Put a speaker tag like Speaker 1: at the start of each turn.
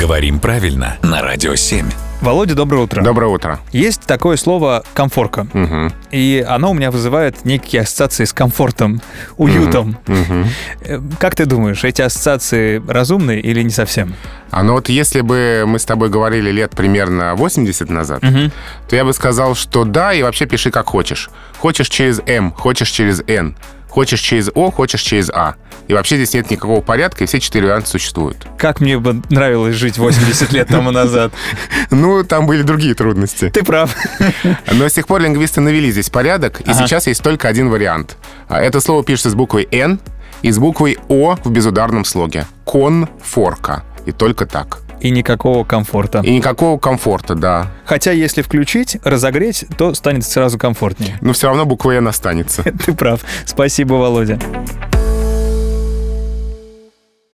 Speaker 1: Говорим правильно на Радио 7.
Speaker 2: Володя, доброе утро.
Speaker 3: Доброе утро.
Speaker 2: Есть такое слово «комфорка»,
Speaker 3: Мгм.
Speaker 2: и оно у меня вызывает некие ассоциации с комфортом, уютом.
Speaker 3: Мгм.
Speaker 2: Э, Как ты думаешь, эти ассоциации разумны или не совсем?
Speaker 3: А ну вот если бы мы с тобой говорили лет примерно 80 назад, то я бы сказал, что да, и вообще пиши как хочешь. Хочешь через М, хочешь через Н, хочешь через О, хочешь через А. И вообще здесь нет никакого порядка, и все четыре варианта существуют.
Speaker 2: Как мне бы нравилось жить 80 лет тому назад.
Speaker 3: Ну, там были другие трудности.
Speaker 2: Ты прав.
Speaker 3: Но с тех пор лингвисты навели здесь порядок, и
Speaker 2: Ага.
Speaker 3: сейчас есть только один вариант. А Это слово пишется с буквой Н и с буквой О в безударном слоге. Конфорка. И только так.
Speaker 2: И никакого комфорта.
Speaker 3: И никакого комфорта, да.
Speaker 2: Хотя если включить, разогреть, то станет сразу комфортнее.
Speaker 3: Но все равно буква Н останется.
Speaker 2: Ты прав. Спасибо, Володя.